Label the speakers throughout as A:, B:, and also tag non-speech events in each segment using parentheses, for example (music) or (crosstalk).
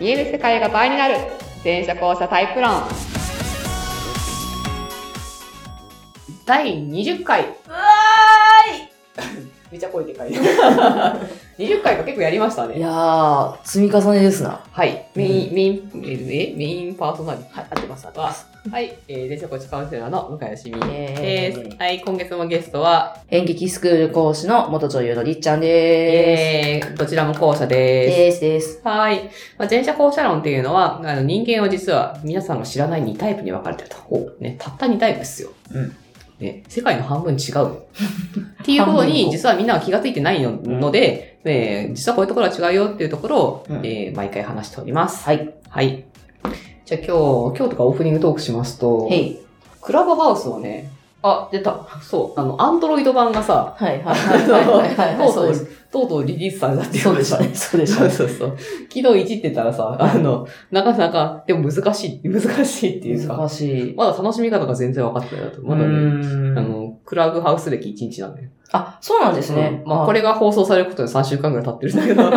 A: 見える世界が倍になる全社交差タイプ論第20回
B: わーい
A: (laughs) めっちゃ声でかい20回が結構やりました
C: い
A: ね
C: やー、積み重ねですな。
A: はいメイン、メインええメインパーソナリティはい合ってますは、はいえー、全社交差カウンセラーの向井よしみです、
C: えー
A: はい今月のゲストは
C: 演劇スクール講師の元女優のりっちゃんで
A: えー、どちらも後者
C: ーす。
A: です
C: ですです。
A: はい。まあ、前者後者論っていうのは、あの人間は実は皆さんが知らない2タイプに分かれてると。ね、たった2タイプっすよ。
C: うん
A: ね、世界の半分違うよ。 (laughs) っていうこと
C: 半分
A: に、
C: こ
A: 実はみんなは気がついてないの
C: ん
A: ので、ね、実はこういうところは違うよっていうところを、
C: うん
A: えー毎回話しております。
C: はい。
A: はい。じゃあ今日、今日とかオープニングトークしますと、
C: へい。
A: クラブハウスをね、あ、出た。そう、あの、アンドロイド版がさ、
C: はいはいはいはいは
A: と
C: い。
A: うと
C: そう
A: う
C: です。、
A: とうとうリリースされたっていう
C: そう
A: の
C: でしたね。そうでし
A: そ
C: た
A: う
C: ね。
A: そうそう。軌道1ってたらさ、あの、なかなか、でも難しい、難しいっていうか、
C: 難しい。
A: まだ楽しみ方が全然分かってないなと。まだ
C: う
A: ね、あ
C: ーん
A: の、クラブハウス歴1日なんだよ。
C: あ、そうなんですね。
A: うんまあ、これが放送されることに3週間ぐらい経ってるんだけど、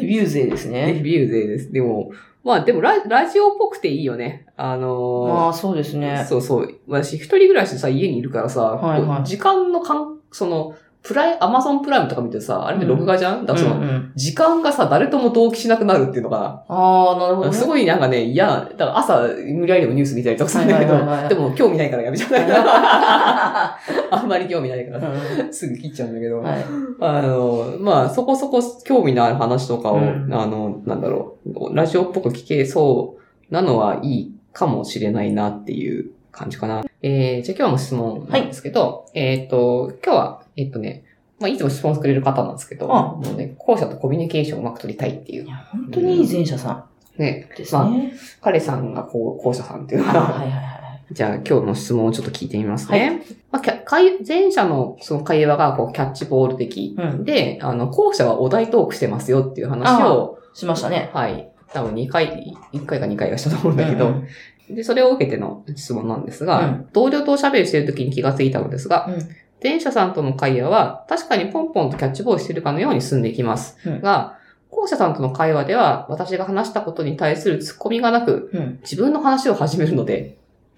C: デビュー勢です
A: デ
C: ね。
A: ビュー勢です。でも、まあでもララジオっぽくていいよね。あ
C: ま
A: の
C: あそうです
A: ー
C: ね。
A: そうそう。私、一人暮らしでさ、家にいるからさ、
C: はいは
A: こ
C: い
A: う時間のかん、その、プライ、アマゾンプライムとか見てさ、あれって録画じゃん、だからその
C: うんうん
A: 時間がさ、誰とも同期しなくなるっていうのかな。
C: あー、なるほどね。
A: すごいなんかね、嫌な、だから朝、無理やりでもニュース見たりとかするんだけ
C: はいはいはいは
A: ど、(laughs)
C: い
A: でも興味ないからやめちゃうんだけど (laughs) あんまり興味ないか
C: う
A: ら、
C: ん
A: すぐ切っちゃうんだけど、
C: はい。
A: あの、まあ、そこそこ興味のある話とかを、
C: うん
A: あの、なんだろう、ラジオっぽく聞けそうなのはいいかもしれないなっていう感じかな。えー、じゃあ今日の質問なんですけど、えっと、今日は、えっとね、まあ、いつも質問してくれる方なんですけど、
C: あ
A: もうね、後者とコミュニケーションをうまく取りたいっていう
C: い。や、本当にいい前者さ
A: ね、
C: んです
A: まあ
C: ね。
A: 彼さんがこう、校舎さんっていう
C: あ
A: の
C: は
A: は。
C: いはいはい。
A: じゃあ今日の質問をちょっと聞いてみますね。まあキャ会前者のその会話がこうキャッチボール的。
C: うん。
A: で、あの、後者はお題トークしてますよっていう話を、
C: しましたね。
A: はい。多分2回、1回か2回がしたと思うんだけ
C: う
A: ど、
C: ん
A: で、それを受けての質問なんですが、
C: うん
A: 同僚とおしゃべりしてる時に気がついたのですが、
C: うん
A: 前者さんとの会話は確かにポンポンとキャッチボールしてるかのように進んでいきます。
C: うん
A: が、後者さんとの会話では私が話したことに対するツッコミがなく、
C: うん。
A: 自分の話を始めるので、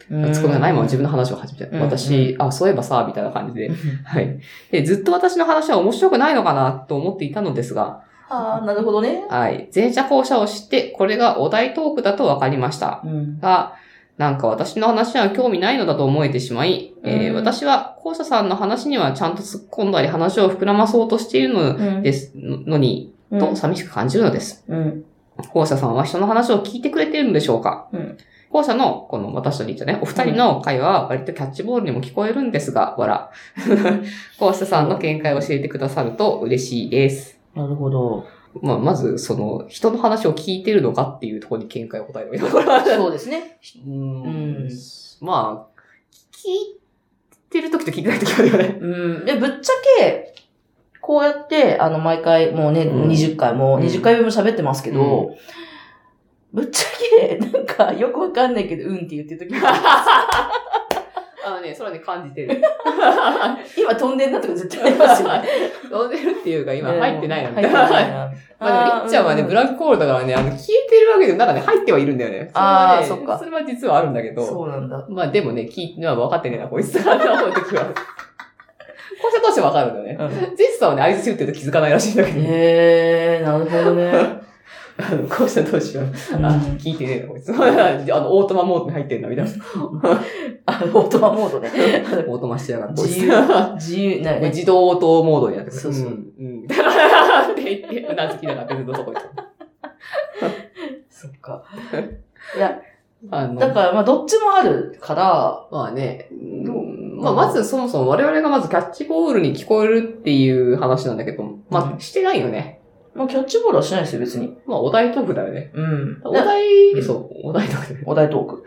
C: うん
A: ツッコミがないまま自分の話を始めちゃう。
C: うん
A: 私、あ、そういえばさ、みたいな感じで。
C: うん
A: はい。で、ずっと私の話は面白くないのかなと思っていたのですが、
C: あー、なるほどね。
A: はい。前者後者を知って、これがお題トークだと分かりました。
C: うん。
A: が、なんか私の話には興味ないのだと思えてしまい、えー
C: うん
A: 私は後者さんの話にはちゃんと突っ込んだり話を膨らまそうとしているの
C: うん
A: です、ののに、
C: うん
A: と寂しく感じるのです。
C: うん。
A: 校舎さんは人の話を聞いてくれてるんでしょうか、
C: うん
A: 校舎の、この私とリーチね、お二人の会話は割とキャッチボールにも聞こえるんですが、わら。 (laughs) 校舎さんの見解を教えてくださると嬉しいです。
C: なるほど。
A: まあ、まず、その、人の話を聞いてるのかっていうところに見解を答えるみたいな。
C: そうですね。
A: (laughs) うん
C: ん
A: まあ、聞いてる時と聞いてない時あるよね。
C: うん。で、ぶっちゃけ、こうやって、あの、毎回、もうね、
A: うん
C: 20回も、
A: うん
C: 20回分も喋ってますけど、ぶっちゃけ、なんか、よくわかんないけど、うんって言ってる時が
A: あのね、それはね、感じて (laughs) る。
C: 今飛んでんなとか絶対ありますよね。
A: 飲んでるっていうか、 (laughs) 今 (laughs) 入ってないの
C: うん
A: み
C: 入
A: た
C: っ
A: い
C: て
A: な。
C: ないな。
A: まあでも、りっちゃんはね、ブ
C: ッ
A: ラックホールだからね、あの、消えてるわけでも、なんかね、入ってはいるんだよね。
C: あ
A: れは
C: ー
A: ね
C: そっか
A: それは実はあるんだけど。
C: そうなんだ。
A: まあでもね、聞いてのは分かってねえな、こいつだな、と思う時
C: (laughs)
A: は。こうしたとして分かるんだよね。
C: うん
A: ジェスさんはね、あいつ言ってると気づかないらしいんだけど、
C: へえー、なるほ
A: (laughs)
C: どね。
A: あのこうしたとしては、
C: うん
A: あ、聞いてねえな、こいつ。あの、オートマモードに入ってんだ、みたいな。
C: あ (laughs) の、オートマモードね。
A: オートマしてやがって、こい
C: 自
A: つ。
C: 由、自由、な
A: (laughs) 自動応答モードになって
C: そうそう
A: うん。うん。 (laughs) って言って、うなずきながら別のとこ行く。
C: そっか。 (laughs) いや、
A: あの
C: だから、まあ、どっちもあるから、
A: まあね、
C: ん
A: まあまずそもそも我々がまずキャッチボールに聞こえるっていう話なんだけど、ま
C: う
A: あしてないよね。
C: まあ、キャッチボールはしないですよ、別に。
A: まあお題トークだよね。
C: うん。
A: お題、
C: うん
A: そう、お題トークだよね
C: お題トーク。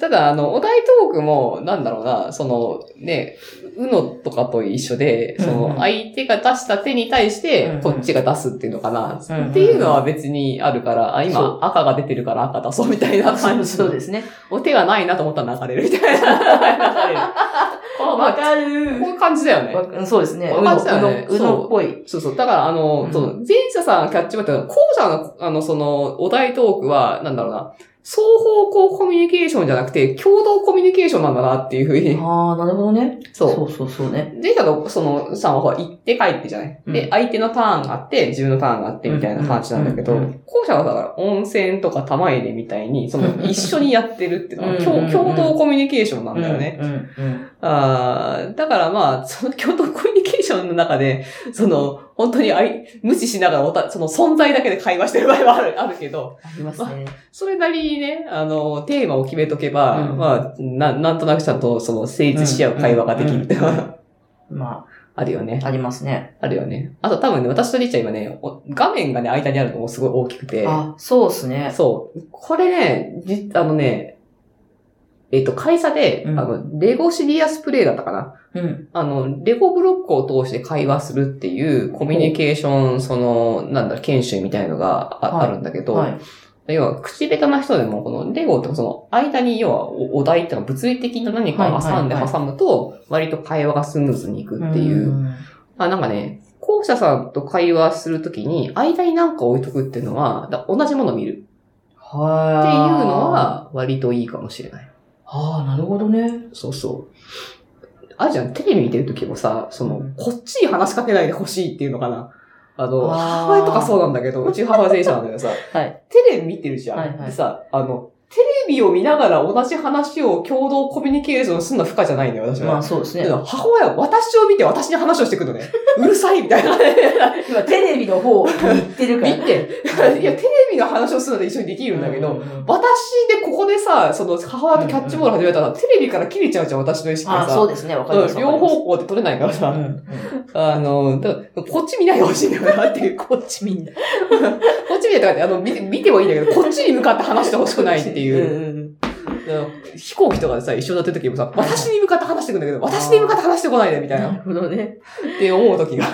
A: ただあの、お題トークも、なんだろうな、そのね、うのとかと一緒で、そ
C: うんう
A: の
C: ん
A: 相手が出した手に対し
C: う
A: て
C: んうん
A: こっちが出すっていうのかな。
C: んうんうん
A: っていうのは別にあるから、あ、
C: そう
A: 今赤が出てるから
C: (laughs)
A: 赤出そうみたいな感じ。
C: そうですね。 (laughs)
A: お手がないなと思ったら流れるみたいな。この
C: わ
A: まあ、こ
C: かる
A: ういう感じだよね。
C: わかそうですね。
A: わ
C: う
A: か
C: の、
A: るよね
C: うの、うのっぽい。
A: そうそう。だから、あの、
C: うん
A: その前者さんキャッチボールって、後者の、あの、その、お題トークは、なんだろうな、双方向コミュニケーションじゃなくて、共同コミュニケーションなんだなっていうふうに。
C: ああ、なるほどね。
A: そう。
C: そうそうそうね。
A: 前者の、その、さんはほら、行って帰ってじゃない、
C: うん
A: で、相手のターンがあって、自分のターンがあって、みたいな感じなんだけど、
C: うんうんう
A: 後者はだから、温泉とか玉入れみたいに、そ
C: うん (laughs) うんう
A: の、
C: ん
A: 一緒にやってるっていうのは、共
C: うんうんうん
A: 共同コミュニケーションなんだよね。
C: うんうん
A: ああ、だからまあ、その共同コミュニケーションの中で、その、本当にあい無視しながらおた、その存在だけで会話してる場合はある、ある (laughs) けど、
C: ありますね。
A: それなりにね、あの、テーマを決めとけば、
C: うん
A: まあ、な、なんとなくちゃんと、その、成立し合う会話ができるってのは、
C: うんうんま
A: (laughs) あるよね
C: あ、。ありますね。
A: あるよね。あと多分ね、私とりーちゃん今ね、お画面がね、間にあるのもすごい大きくて、
C: あ、そうですね。
A: そう。これね、じ、あのね、えっと、会社で、
C: うん
A: あの、レゴシリアスプレイだったかな。
C: うん。
A: あの、レゴブロックを通して会話するっていうコミュニケーション、その、なんだ、研修みたいのがあ,、
C: はい
A: るんだけど、
C: はい。
A: 要は、口下手な人でも、このレゴってその間に、要はお、お題っていうのは物理的な何かを挟んで
C: はいはいはい
A: 挟むと、割と会話がスムーズにいくっていう。
C: ん。
A: あ、なんかね、校舎さんと会話するときに、間に何か置いとくっていうのは、だ同じものを見る
C: は
A: っ
C: い。
A: ていうの、は、割といいかもしれない。
C: ああ、なるほどね。
A: そうそう。あるじゃん、テレビ見てるときもさ、その、
C: うん
A: こっちに話しかけないでほしいっていうのかな。あの、
C: あー
A: 母親とかそうなんだけど、うち母親全員者なんだけどさ、
C: (laughs) はい
A: テレビ見てるじゃん。
C: はいはい
A: でさ、あの、テレビを見ながら同じ話を共同コミュニケーションするのは不可じゃないんだよ、私は。
C: まあ、そうです
A: だ
C: ね
A: か。ら母親は私を見て私に話をしてくるの
C: (laughs)
A: ね。うるさいみたいなね。
C: 今、テレビの方に行って
A: (laughs)
C: るから。
A: 見て。いや、テレビの話をするので一緒にできるんだけど、
C: うんうんうん、
A: 私でここでさ、その母親とキャッチボール始めたら、テレビから切れちゃうじゃん、私の意識が
C: あ
A: さ。
C: そうですね。わかります。
A: うん両方向で取れないからさ、
C: わかります。
A: あの、だからこっち見ないでほしいんだよなって
C: (laughs)
A: いう、こっち見ん (laughs) な。こっち見ないとかって、あの、見て見てもいいんだけど、こっちに向かって話してほしくないっていう。
C: う。
A: だから飛行機とかでさ、一緒に乗ってる時もさ、私に向かって話してくんだけど、私に向かって話してこないで、みたい
C: な
A: な。
C: るほどね。
A: って思う時が。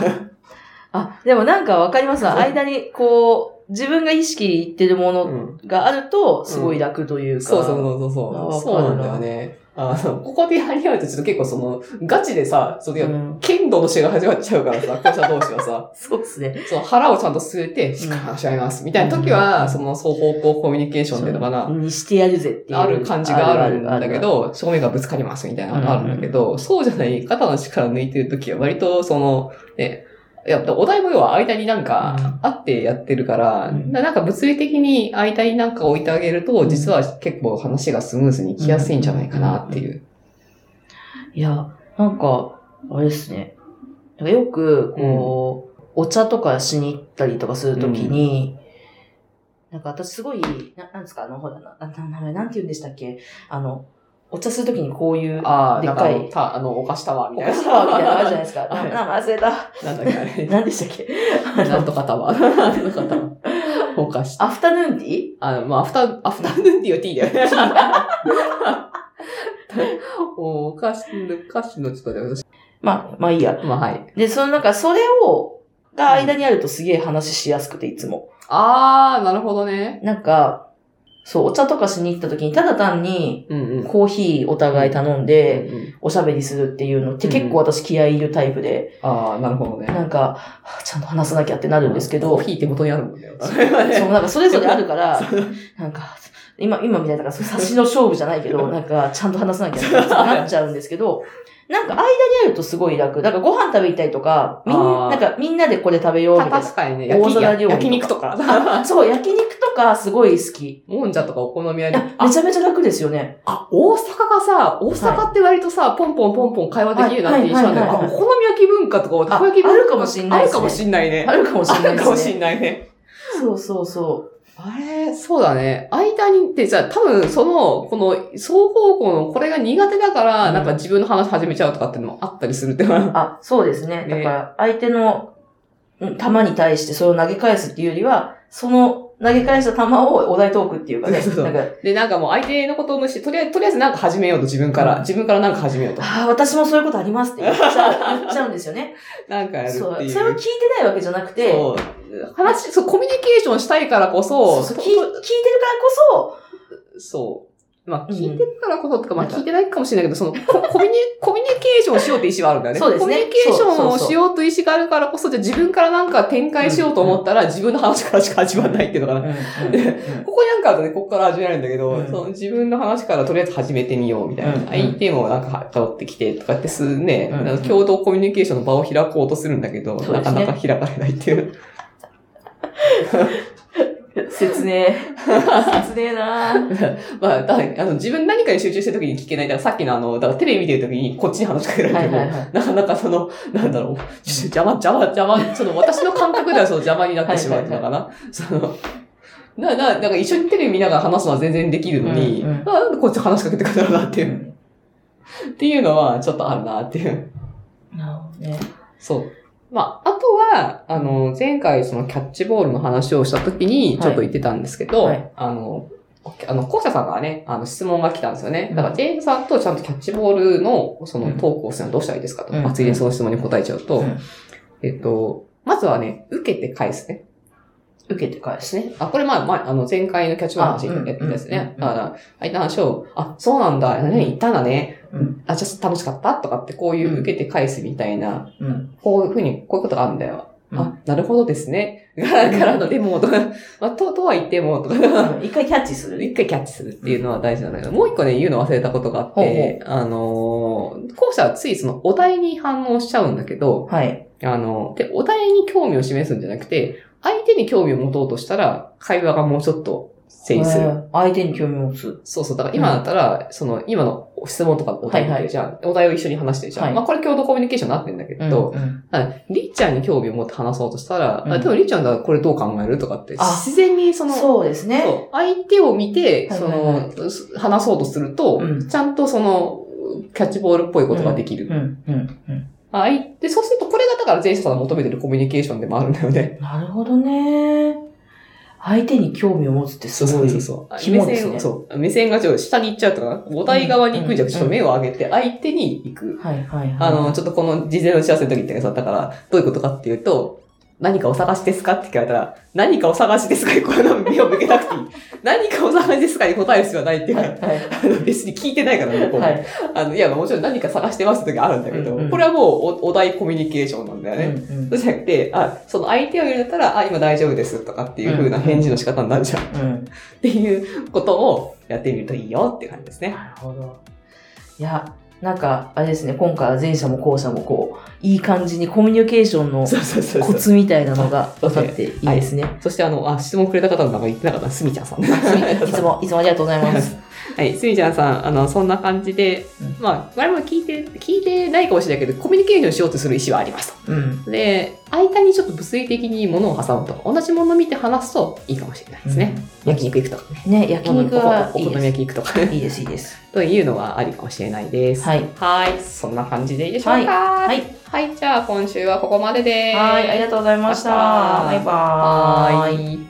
C: あ、でもなんかわかりますわ。間に、こう、自分が意識いってるものがあると、すごい楽というか。
A: そうそうそうそうそう。そうなんだよね。あの、ここでやり合うとちょっと結構その、ガチでさ、その、
C: うん
A: 剣道の試合が始まっちゃうからさ、会社同士はさ。
C: そうですね。
A: そう、腹をちゃんと据えて、しっかり話し合います。みたいな時は、その双方向コミュニケーションっていうのかな。
C: にしてやるぜっていう。
A: ある感じがあるんだけ、ど、正面がぶつかりますみたいなのがあるんだけど、そうじゃない、肩の力抜いてる時は割と、その、ね、やっぱお題も要は間になんかあってやってるから、
C: うん
A: ななんか物理的に間になんか置いてあげると、
C: ん
A: 実は結構話がスムーズにいきやすいんじゃないかなっていう。
C: いや、なんか、あれですね。なんかよく、こう、お茶とかしに行ったりとかするときに、なんか私すごい、ななんですか、あの、ほら、な、なな名前なんて言うんでしたっけあの、お茶するときにこういう、
A: ああ、
C: で
A: なん
C: っ
A: か
C: か
A: あ
C: い
A: の、たあの、お菓子タワーみ
C: お
A: たい
C: 菓
A: な。
C: 子タワーみたいなのあるじゃないですか。
A: は
C: あ
A: い
C: 名前忘れた。
A: なんだっけあれ。
C: 何でしたっ (laughs) け
A: (laughs)
C: あ
A: なん
C: の
A: とかタ
C: (laughs)
A: ワー。なんとかタワー。お菓子
C: アフタヌーンティー
A: あの、まあ、アフタ、アフタヌーンティーはティーだよね。お菓子の、歌詞のちょっとで私。
C: まあ、まあいいや。
A: まあ、はい。
C: で、そのなんか、それを、が間にあるとすげえ話しやすくて、いつも。
A: あー、なるほどね。
C: なんか、そう、お茶とかしに行った時に、ただ単に、
A: うんうん。
C: コーヒーお互い頼ん
A: うん
C: で、
A: うん
C: おしゃべりするっていうのって
A: うん
C: 結構私気合いいるタイプで、
A: あー、なるほどね。
C: なんか、はあちゃんと話さなきゃってなるんですけど、
A: コーヒー手元にあるもんね。 (laughs)
C: そう、なんか (laughs) それぞれあるから、
A: そう
C: なんか、今、今みたいな、なんか、差しの勝負じゃないけど、なんか、ちゃんと話さなきゃってなっちゃうんですけど、なんか間にあるとすごい楽。なんかご飯食べに行ったりとか、みん、
A: あー
C: なんかみんなでこれ食べようみ
A: た
C: たいな。
A: 確かにね、
C: 大
A: 焼き
C: 皿料理とか
A: 焼肉と
C: あ
A: か。 (laughs)
C: そう、焼肉とかすごい好き。い
A: もんじゃとかお好み焼き。
C: やめちゃめちゃ楽ですよね。
A: あ、大阪がさ、大阪って割とさ、ポンポンポンポン会話できるなって印象なんだけど、
C: はいはいはいはい
A: あお好み焼き文化とか、たこ焼き文
C: あ
A: 化
C: あるかもしんない
A: あ
C: で
A: る
C: すね
A: かもしんないね。
C: あるかもしれ
A: あ
C: ない
A: る
C: で
A: かも
C: す
A: し
C: ね。
A: んないね。
C: そうそうそう。
A: あれ、そうだね。間にって、じゃあ多分その、この、双方向のこれが苦手だから、
C: うん
A: なんか自分の話始めちゃうとかっていうのもあったりするってな。
C: (laughs) あ、そうですね。
A: ね
C: だから、相手のうん球に対してそれを投げ返すっていうよりは、その投げ返した球をお題トークっていうかね、
A: そうそう
C: なんか、
A: (laughs) で、なんかもう相手のことを無視して、とりあえず、とりあえずなんか始めようと自分から、自分からなんか始めようと。
C: ああ、私もそういうことありますって言っちゃ
A: (laughs)
C: う言っちゃうんですよね。
A: なんかやるって
C: そう。
A: いう。
C: それを聞いてないわけじゃなくて、
A: そう話、そう、コミュニケーションしたいからこそ、
C: そう
A: と
C: 聞い聞いてるからこ
A: そう。まあ、聞いてるからこそとか、まあ、聞いてないかもしれないけど、その、コ (laughs) コミュニ、コミュニケーションしようって意思はあるんだよね。
C: そうですね
A: コミュニケーション
C: そ
A: を
C: うそうそう
A: しようという意思があるからこそ、じゃあ自分からなんか展開しようと思ったら、自分の話からしか始まらないっていうのかな。ここになんかあるとね、ここから始められるんだけど、
C: うん
A: その自分の話からとりあえず始めてみようみたいな。
C: うん
A: 相手もなんか通ってきてとかってするね、
C: うん
A: あの共同コミュニケーションの場を開こうとするんだけど、
C: そう
A: な
C: で
A: か
C: すね
A: なか開かれないっていう。
C: 説明。 (laughs) 説明なぁ。
A: まあ、だあの自分何かに集中してる時に聞けない。だからさっきのあの、だからテレビ見てる時にこっちに話しかけられても、
C: はいはいはい
A: なかなかその、なんだろう、邪魔、邪魔、邪魔、その私の感覚ではその邪魔になってしまうのかな。その、な、な、なんか一緒にテレビ見ながら話すのは全然できるのに、
C: うんうん
A: あなんでこっち話しかけてくれたのかなっていう。っていうのは、ちょっとあるなっていう。
C: なるほどね。
A: そう。まあ、あとは、あの、前回そのキャッチボールの話をした時に
C: はい
A: ちょっと言ってたんですけど、
C: はい
A: あの、あの、校舎さんからね、あの、質問が来たんですよね
C: う。ん
A: だから、ジェームさんとちゃんとキャッチボールの、その
C: うん
A: トークをするのはどうしたらいいですかと。
C: うん
A: まあ、ついでにその質問に答えちゃうと、
C: うん
A: えっと、まずはね、受けて返すね。
C: 受けて返すね。
A: あ、これまあ、まあ、あの、前回のキャッチボールの話
C: あうん
A: やってたんですね。
C: うんうん
A: あの相手の話を、あ、そうなんだ、何々言ったんだね、
C: うん
A: あ、じゃあ楽しかったとかって、こういう受けて返すみたいな
C: うん。
A: こういうふうに、こういうことがあるんだよ。
C: うん
A: あ、なるほどですね。 (laughs) からのでも、とか、 (laughs) まあ、と、とは言っても、とか、 (laughs)
C: 一回キャッチする。
A: 一回キャッチするっていうのは大事なんだけど、もう一個ね、言うの忘れたことがあって、あのー、後者はついそのお題に反応しちゃうんだけど、
C: はい。
A: あの、で、お題に興味を示すんじゃなくて、相手に興味を持とうとしたら、会話がもうちょっと成立する。
C: うん相手に興味を持つ。
A: そうそう。だから今だったら、その、今の質問とかお題って、
C: はいはい
A: じゃあ、お題を一緒に話してるじゃん。
C: はい
A: まあ、これ共同コミュニケーションになってんだけど、
C: うんうん
A: はい。りっちゃんに興味を持って話そうとしたら、
C: うん
A: あでもりっちゃんがこれどう考えるとかって、
C: あ
A: 自然にその、
C: そうですね。
A: そう相手を見て、
C: はい
A: そ
C: はいは
A: の、す話そうとすると、
C: うん
A: ちゃんとその、キャッチボールっぽいことができ
C: う
A: る。
C: ん。うん。うん。
A: はい。で、そうすると、これがだから、ジェイソンさんの求めてるコミュニケーションでもあるんだよね。
C: なるほどね。相手に興味を持つってすごい。
A: そうそうそう。
C: 肝
A: 目
C: ですね
A: 線、そう。目線がちょっと下に行っちゃうとか、お題側に行くんじゃなくて、ちょっと目を上げて、相手に行く。
C: はいはいはい。
A: あの、ちょっとこの事前の打ち合わせの時ってさ、だから、どういうことかっていうと、何かお探しですかって聞かれたら、何かお探しですかにこの目を向けな (laughs) くていい。何かお探しですかに答える必要はないっていう
C: は
A: か、
C: いはい
A: あの別に聞いてないから、向こうも
C: はい。
A: あの、いや、もちろん何か探してますって時あるんだけど、
C: うんうん
A: これはもうおお題コミュニケーションなんだよね。
C: うんうん
A: そうじゃなくて、あ、その相手を入れたら、あ、今大丈夫ですとかっていう風な返事の仕方になるじゃん。っ
C: うん。
A: ていうことをやってみるといいよっていう感じですね。
C: なるほど。いや、なんか、あれですね、今回は前者も後者もこう、いい感じにコミュニケーションの
A: そうそうそうそ
C: コ
A: う。
C: ツみたいなのが分かっていいですね。
A: そしてあの、あ、質問くれた方の名前言ってなかった、 (laughs) すみちゃんさん。
C: いつも、いつもありがとうございます。
A: はい、すみちゃんさん、あの、そんな感じで、
C: う
A: まあ、我々も聞いて、聞いてないかもしれないけど、コミュニケーションしようとする意思はあります
C: うん。
A: と。で、間にちょっと物理的に物を挟むとか、同じものを見て話すといいかもしれないですね。焼肉行くとかね。
C: ね、焼肉は
A: お
C: い
A: 好
C: い
A: み
C: で
A: 焼き行くとか (laughs)
C: す。
A: ね。
C: いいです、いいです。
A: というのはありかもしれないです。
C: はい。
A: はい、そんな感じでいいでしょうか。
C: は。
A: はいはい、じゃあ今週はここまでです。
C: はい、ありがとうございました。
A: また
C: バイバーイ。
A: はい